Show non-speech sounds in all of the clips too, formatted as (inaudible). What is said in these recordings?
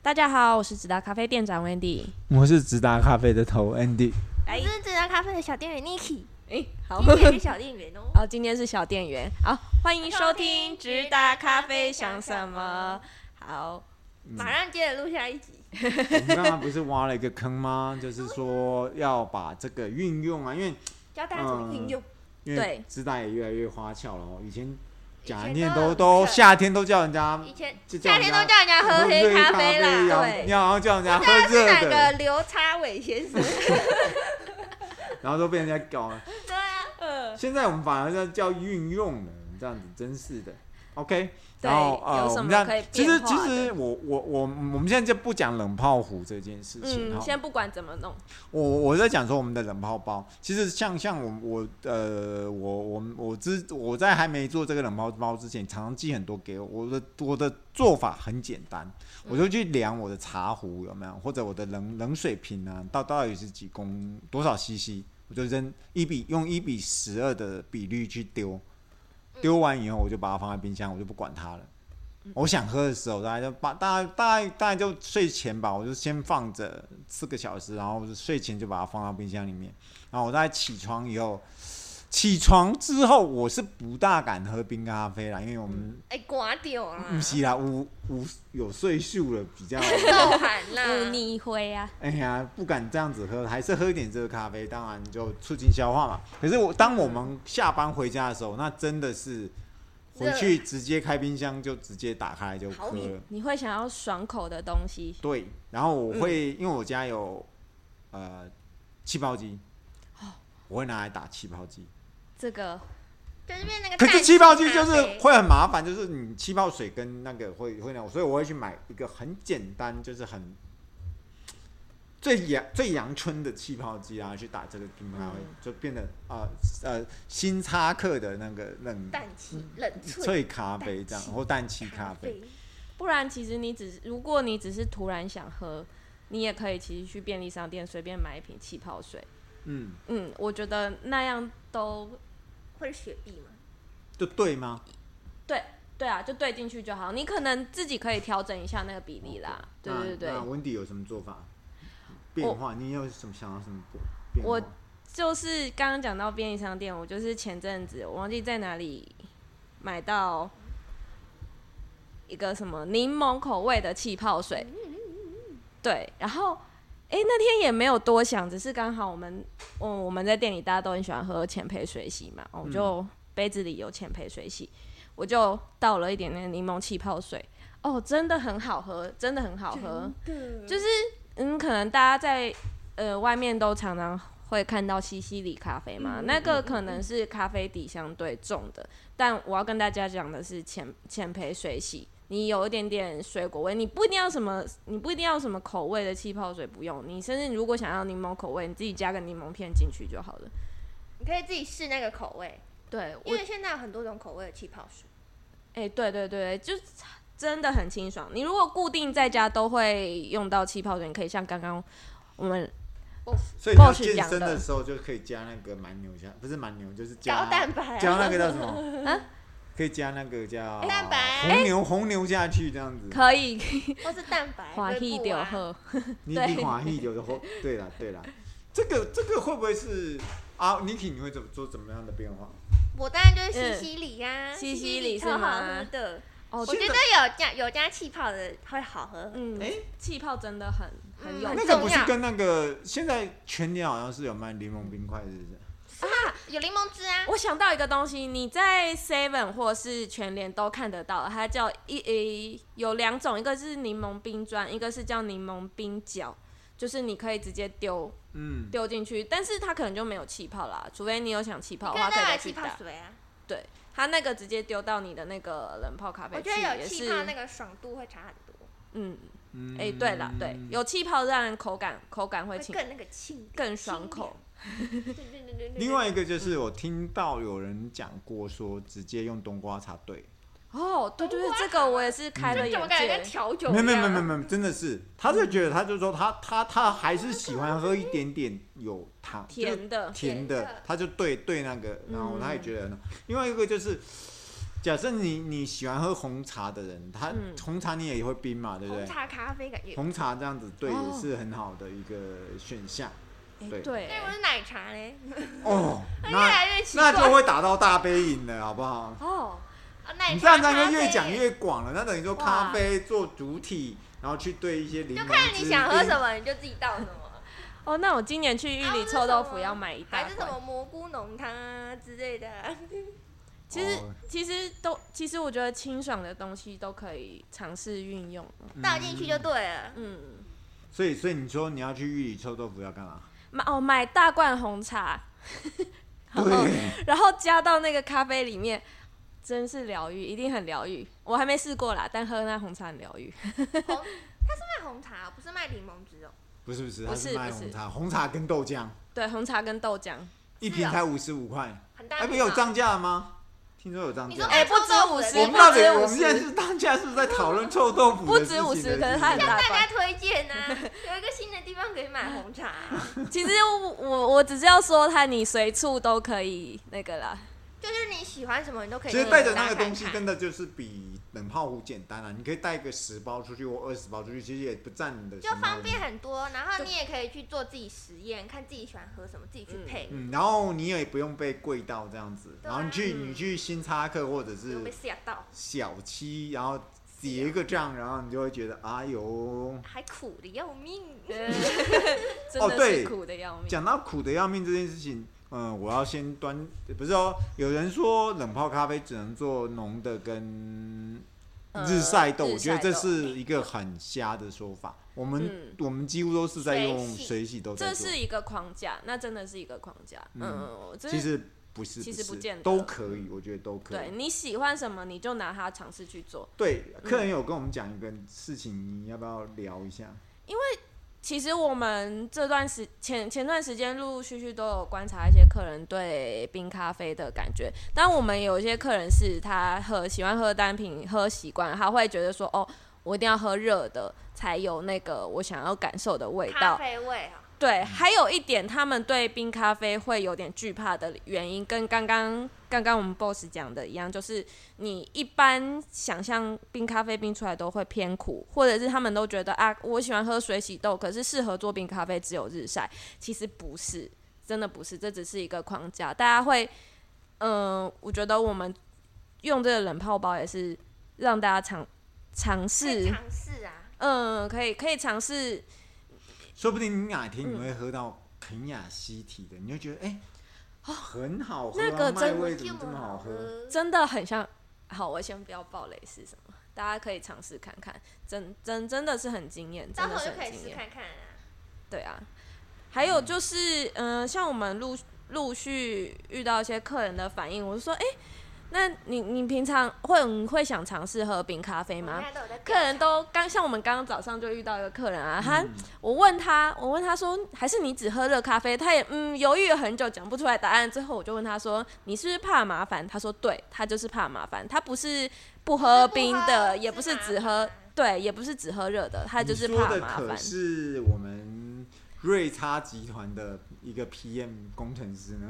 大家好，我是直达咖啡店长 Wendy。我是直达咖啡的头 Andy，哎我是这家咖啡的小店员 Niki，哎、好，哦今天给小店员哦。好，今天是小店员，好，欢迎收听《直达咖啡想什么》。好，嗯马上接着录下一集。我们刚刚不是挖了一个坑吗？就是说要把这个运用啊，因为教大家怎么运用。因对为直达也越来越花俏了哦。以前假以前念都都都很夏天都叫人家以前就叫夏人天家都叫人家喝黑咖啡啦，然后对。然后叫人家不喝知道是热哪的，个刘差伟 (laughs) 先生？然后都被人家搞了。对啊，呃，现在我们反而要叫运用了，这样子真是的。OK，对然后呃，有什我么们这样可以其变实化其的实我我我我们现在就不讲冷泡壶这件事情嗯，哈。先不管怎么弄，我我在讲说我们的冷泡包，其实像像我我呃我我我之我在还没做这个冷泡包之前，常常寄很多给我。我的我的做法很简单，我就去量我的茶壶有没有，或者我的冷冷水瓶啊，到到底是几公多少 CC，我就扔一比用一比十二的比率去丢，丢完以后我就把它放在冰箱，我就不管它了。我想喝的时候，大概就把大概大概大概就睡前吧，我就先放着四个小时，然后睡前就把它放到冰箱里面。然后我大概起床以后，起床之后我是不大敢喝冰咖啡啦，因为我们哎，刮掉啦，不是啦，五五有岁数了，比较豆寒啦，嗯污泥灰啊，哎呀不敢这样子喝，还是喝一点热咖啡，当然就促进消化嘛。可是我当我们下班回家的时候，那真的是回去直接开冰箱就直接打开就好喝饮了。你会想要爽口的东西对，然后我会、嗯因为我家有呃气泡机，哦我会拿来打气泡机。这个就是变那个。可是气泡机就是会很麻烦，就是你气泡水跟那个会会那种，所以我会去买一个很简单，就是很最阳最阳春的气泡机啊，去打这个冰咖啡，嗯就变得啊呃星巴克的那个冷氮气冷萃萃咖啡这样，淡气或氮气咖啡。啡。不然其实你只是，如果你只是突然想喝，你也可以其实去便利商店随便买一瓶气泡水。嗯，嗯，我觉得那样都或者雪碧嘛，就对吗？对对啊，就兑进去就好。你可能自己可以调整一下那个比例啦。对对对哦那，温迪有什么做法变化？你有什么想要什么变化？我就是刚刚讲到便利商店，我就是前阵子我忘记在哪里买到一个什么柠檬口味的气泡水，对，然后诶，那天也没有多想，只是刚好我们我我们在店里大家都很喜欢喝浅焙水洗嘛，哦我就杯子里有浅焙水洗，我就倒了一点点柠檬气泡水，哦，真的很好喝，真的很好喝，对，就是嗯，可能大家在呃外面都常常会看到西西里咖啡嘛，那个可能是咖啡底相对重的，但我要跟大家讲的是浅浅焙水洗。你有一点点水果味，你不一定要什么，你不一定要什么口味的气泡水，不用。你甚至如果想要柠檬口味，你自己加个柠檬片进去就好了。你可以自己试那个口味，对，我因为现在有很多种口味的气泡水。哎、对对对，就是真的很清爽。你如果固定在家都会用到气泡水，你可以像刚刚我们所以要 Bosch 健讲身的的时候就可以加那个蛮牛加，不是蛮牛，就是加高蛋白啊，加那个叫什么？ (laughs) 啊可以加那个叫蛋白红牛，红牛下去这样子。哎可以 (laughs) 或是蛋白，华会裔补丢啊喝。你对你华裔有的后，对啦对啦，这个这个会不会是啊？Niki 你会怎么做怎么样的变化？我我当然就是西西里呀、嗯西西西里是超好吗喝的。哦我现觉得在有加有加气泡的会好喝。嗯诶，气泡真的很很嗯有很那个不是跟那个现在全年好像是有卖柠檬冰块，是不是？啊，有柠檬汁啊，我想到一个东西，你在 Seven 或是全联都看得到，它叫一诶有两种，一个是柠檬冰砖，一个是叫柠檬冰角，就是你可以直接丢嗯，丢进去，但是它可能就没有气泡啦，除非你有想气泡的跟话那可个以再气去泡打。水啊。对，它那个直接丢到你的那个冷泡咖啡我去觉得有也气是泡那个爽度会差很多，嗯嗯诶，对了对，有气泡让人口感口感会会轻更那个清更爽口。。清凉对对对对对嗯另外一个就是我听到有人讲过说，直接用冬瓜茶兑，哦，对对对冬，瓜这个我也是开了对嗯啊怎么眼感觉界跟。调酒一没有样？没有没有没有，真的是，他就觉得他就说他他他还是喜欢喝一点点有糖就是甜的，甜甜的的，他就对对那个，然后嗯他也觉得很好。另外一个就是假设你你喜欢喝红茶的人，他、嗯红茶你也会冰嘛，对不红对？茶咖啡感觉。红茶这样子对哦也是很好的一个选项哎对对那如果是奶茶嘞，哦。那越那来越奇怪。那就会打到大杯饮了，好不好？哦，啊奶你这茶样这样咖就越啡讲越广了。那等于说哇咖啡做主体，然后去对一些柠檬就汁。看你想喝什么，你就自己倒什么，哦，那我今年去玉啊里或是臭豆什腐么要买一大还是什罐。么蘑菇浓汤啊之类的啊。嗯其实哦其实都其实我觉得清爽的东西都可以尝试运用。嗯倒进去就对了。嗯，所以所以你说你要去玉里臭豆腐要干 (laughs) 嘛？买哦买大罐红茶，然后对， (laughs) 然后加到那个咖啡里面，真是疗愈，一定很疗愈。我还没试过啦，但喝那红茶很疗愈。红，它是卖红茶哦，不是卖柠檬汁哦。不是不是，不它是是卖不是红茶，红茶跟豆浆对，红茶跟豆浆，哦一瓶才五十五块，很大哎，一不瓶有吗涨价了吗？听说有涨你价说。哎、不止五哎十，我不们到底止我五们现在十，是当下是不是在讨论臭豆腐不的事止情五的事十，情？可是它很大大家罐。推荐呐、 (laughs) 有一个新的地方可以买红茶、啊 (laughs) 其实我我我只是要说它，你随处都可以那个 (laughs) 啦。就是你喜欢什么你都可以。其实带着那个打开东西看真的就是比冷泡壶简单啊，你可以带个十包出去或二十包出去，其实也不占你的就什么方便很嗯多，然后你也可以去做自己实验，看自己喜欢喝什么，自己去配，嗯，然后你也不用被贵到这样子，对然啊后你去嗯你去星巴克或者不用被是吓到，小七，然后结个账，然后你就会觉得哎呦，还苦的要命。真的哦对是苦的要命。讲到苦的要命这件事情，嗯，我要先端，不是哦，有人说冷泡咖啡只能做浓的跟呃日晒豆，我日觉得晒这豆是一个很瞎的说法。我们、嗯我们几乎都是在水用洗水洗都在这做是，一个框架，那真的是一个框架。嗯嗯，就其是实不是，其实不是见得都可以，我觉得都可以对。你喜欢什么，你就拿它尝试去做。对，客人有跟我们讲一个事情，你要不要聊一下？其实我们这段时前前段时间陆陆续续都有观察一些客人对冰咖啡的感觉，但我们有一些客人是他喝喜欢喝单品喝习惯了，他会觉得说哦，我一定要喝热的才有那个我想要感受的味咖道。啡味啊，对，还有一点，他们对冰咖啡会有点惧怕的原因，跟刚刚刚刚我们 boss 讲的一样，就是你一般想象冰咖啡冰出来都会偏苦，或者是他们都觉得啊，我喜欢喝水洗豆，可是适合做冰咖啡只有日晒，其实不是，真的不是，这只是一个框架，大家会，嗯、我觉得我们用这个冷泡包也是让大家尝尝可以试，尝试啊，嗯、可以可以尝试。说不定你哪天你会喝到肯雅西提的，你就觉得哎、很好喝、啊，那个麦真味就怎么这么好喝？喝。真的很像。好，我先不要爆雷是什么，大家可以尝试看看，真真真的是很惊艳，到真的时候是就可以很惊试艳。看看啊，对啊，还有就是，嗯、像我们陆陆续遇到一些客人的反应，我就说，哎、那你你平常会你会想尝试喝冰咖啡我吗们？现在都有在客调查人都刚像我们刚刚早上就遇到一个客人啊，他嗯我问他，我问他说，还是你只喝热咖啡？他也嗯犹豫了很久，讲不出来答案。最后我就问他说，你是不是怕麻烦？他说对，他就是怕麻烦，他不是不喝冰的，也不是只喝，对，也不是只喝热的，他就你是说怕的麻可烦。是我们瑞差集团的一个 PM 工程师呢？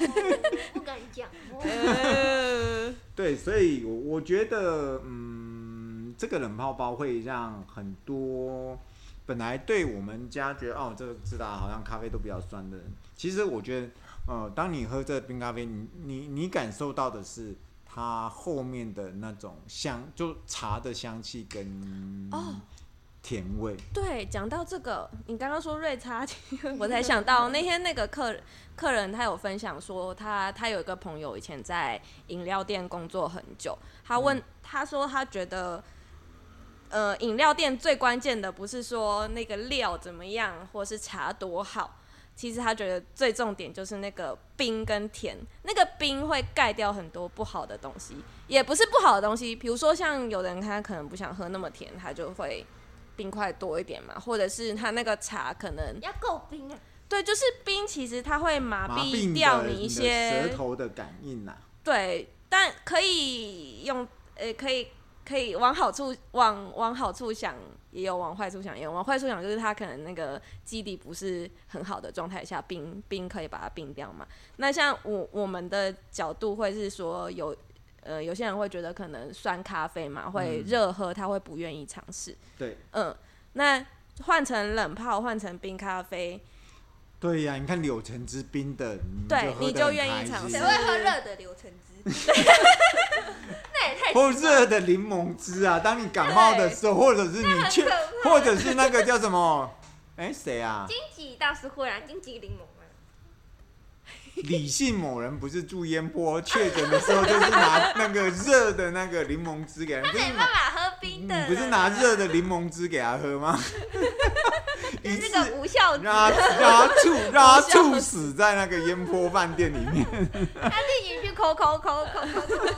(laughs) 不敢讲哦。 (laughs) 呃对，所以我我觉得，嗯，这个冷泡包会让很多本来对我们家觉得哦，这个知道好像咖啡都比较酸的人，其实我觉得，呃，当你喝这个冰咖啡，你你你感受到的是它后面的那种香，就茶的香气跟哦甜味。对，讲到这个，你刚刚说瑞差，我才想到那天那个客客人他有分享说他，他有一个朋友以前在饮料店工作很久，他问、他说他觉得，呃，饮料店最关键的不是说那个料怎么样，或是茶多好。其实他觉得最重点就是那个冰跟甜，那个冰会盖掉很多不好的东西，也不是不好的东西，比如说像有人他可能不想喝那么甜，他就会冰块多一点嘛，或者是他那个茶可能要够冰啊，对，就是冰其实它会麻麻痹痹的掉你一的些舌头的感应啊呐、对，但可以用呃，可以可以往好处往往好处想，也有往坏处想，也有往坏处想，就是它可能那个基底不是很好的状态下，冰冰可以把它冰掉嘛。那像我我们的角度会是说有呃，有些人会觉得可能酸咖啡嘛，会嗯热喝，他会不愿意尝试。对嗯，那换成冷泡，换成冰咖啡，对呀、你看柳橙汁冰的，你对喝得你就很愿意开心啊尝谁试会喝热的柳橙汁？ (laughs) 那也太或热的柠檬汁啊，当你感冒的时候，或者是你去很可，怕或者是那个叫什么？ (laughs) 哎，谁啊？荆棘倒是忽然荆棘柠檬啊，李姓某人不是住烟波确诊的时候，就是拿那个热的那个柠檬汁给人，不没是办拿法喝冰的你了，不是拿热的柠檬汁给他喝吗？于 (laughs) 就是是个无效 (laughs) 让子，他让他猝让他猝死在那个烟波饭店里面。他自己去抠抠抠抠抠抠，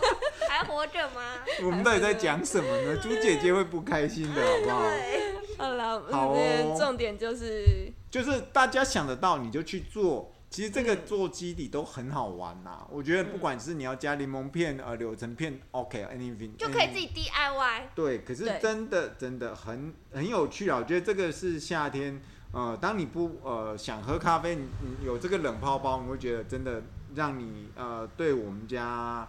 还活着 (laughs) 吗？我们到底在讲什么呢？朱姐姐会不开心的，好不哦好？对， (laughs) 好了，好哦嗯重点就是就是大家想得到你就去做。其实这个嗯做基底都很好玩呐、我觉得不管是你要加柠檬片、呃柳橙片，OK，anything、就可以自己 DIY。对，可是对真的真的很很有趣啊！我觉得这个是夏天，呃，当你不呃想喝咖啡，你你有这个冷泡包，你会觉得真的让你呃对我们家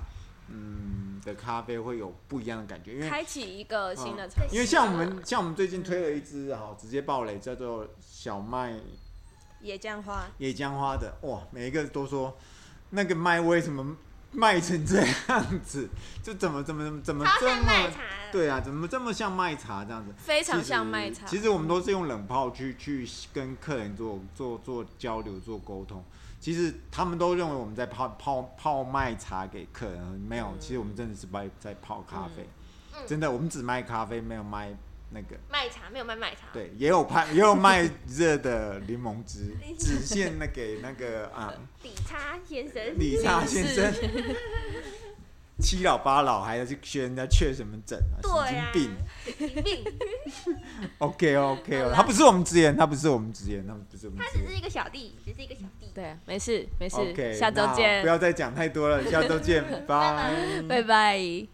嗯的咖啡会有不一样的感觉，因为开启一个新的嗯尝试、因为像我哦们像我们最近推了一支好直接爆雷，叫做小麦野酱花，野姜花的，哇，每一个都说那个卖为什么卖成这样子， (laughs) 就怎么怎么怎么怎么超这像卖么茶了，对啊，怎么这么像卖茶这样子？非非常像卖茶。其实我们都是用冷泡去去跟客人做做做交流、做沟通。其实他们都认为我们在泡泡泡卖茶给客人，没有，嗯其实我们真的是卖在泡咖啡，嗯真的，我们只卖咖啡，没有卖那个。卖茶没有卖卖茶，对，也有拍，也有卖热的柠檬汁， (laughs) 只限那给那个啊。理查先生， (laughs) 李查先生， (laughs) 七老八老还要去学人家确什么诊啊，神对经啊病。疾病， OK OK 好哦，啦他不是我们直言，他不是我们直言，他不是我们他直只言。是一个小弟，只是一个小弟。对，没事没事 OK，下周那见 (laughs) 不，要再讲太多了，下周见，拜。拜拜。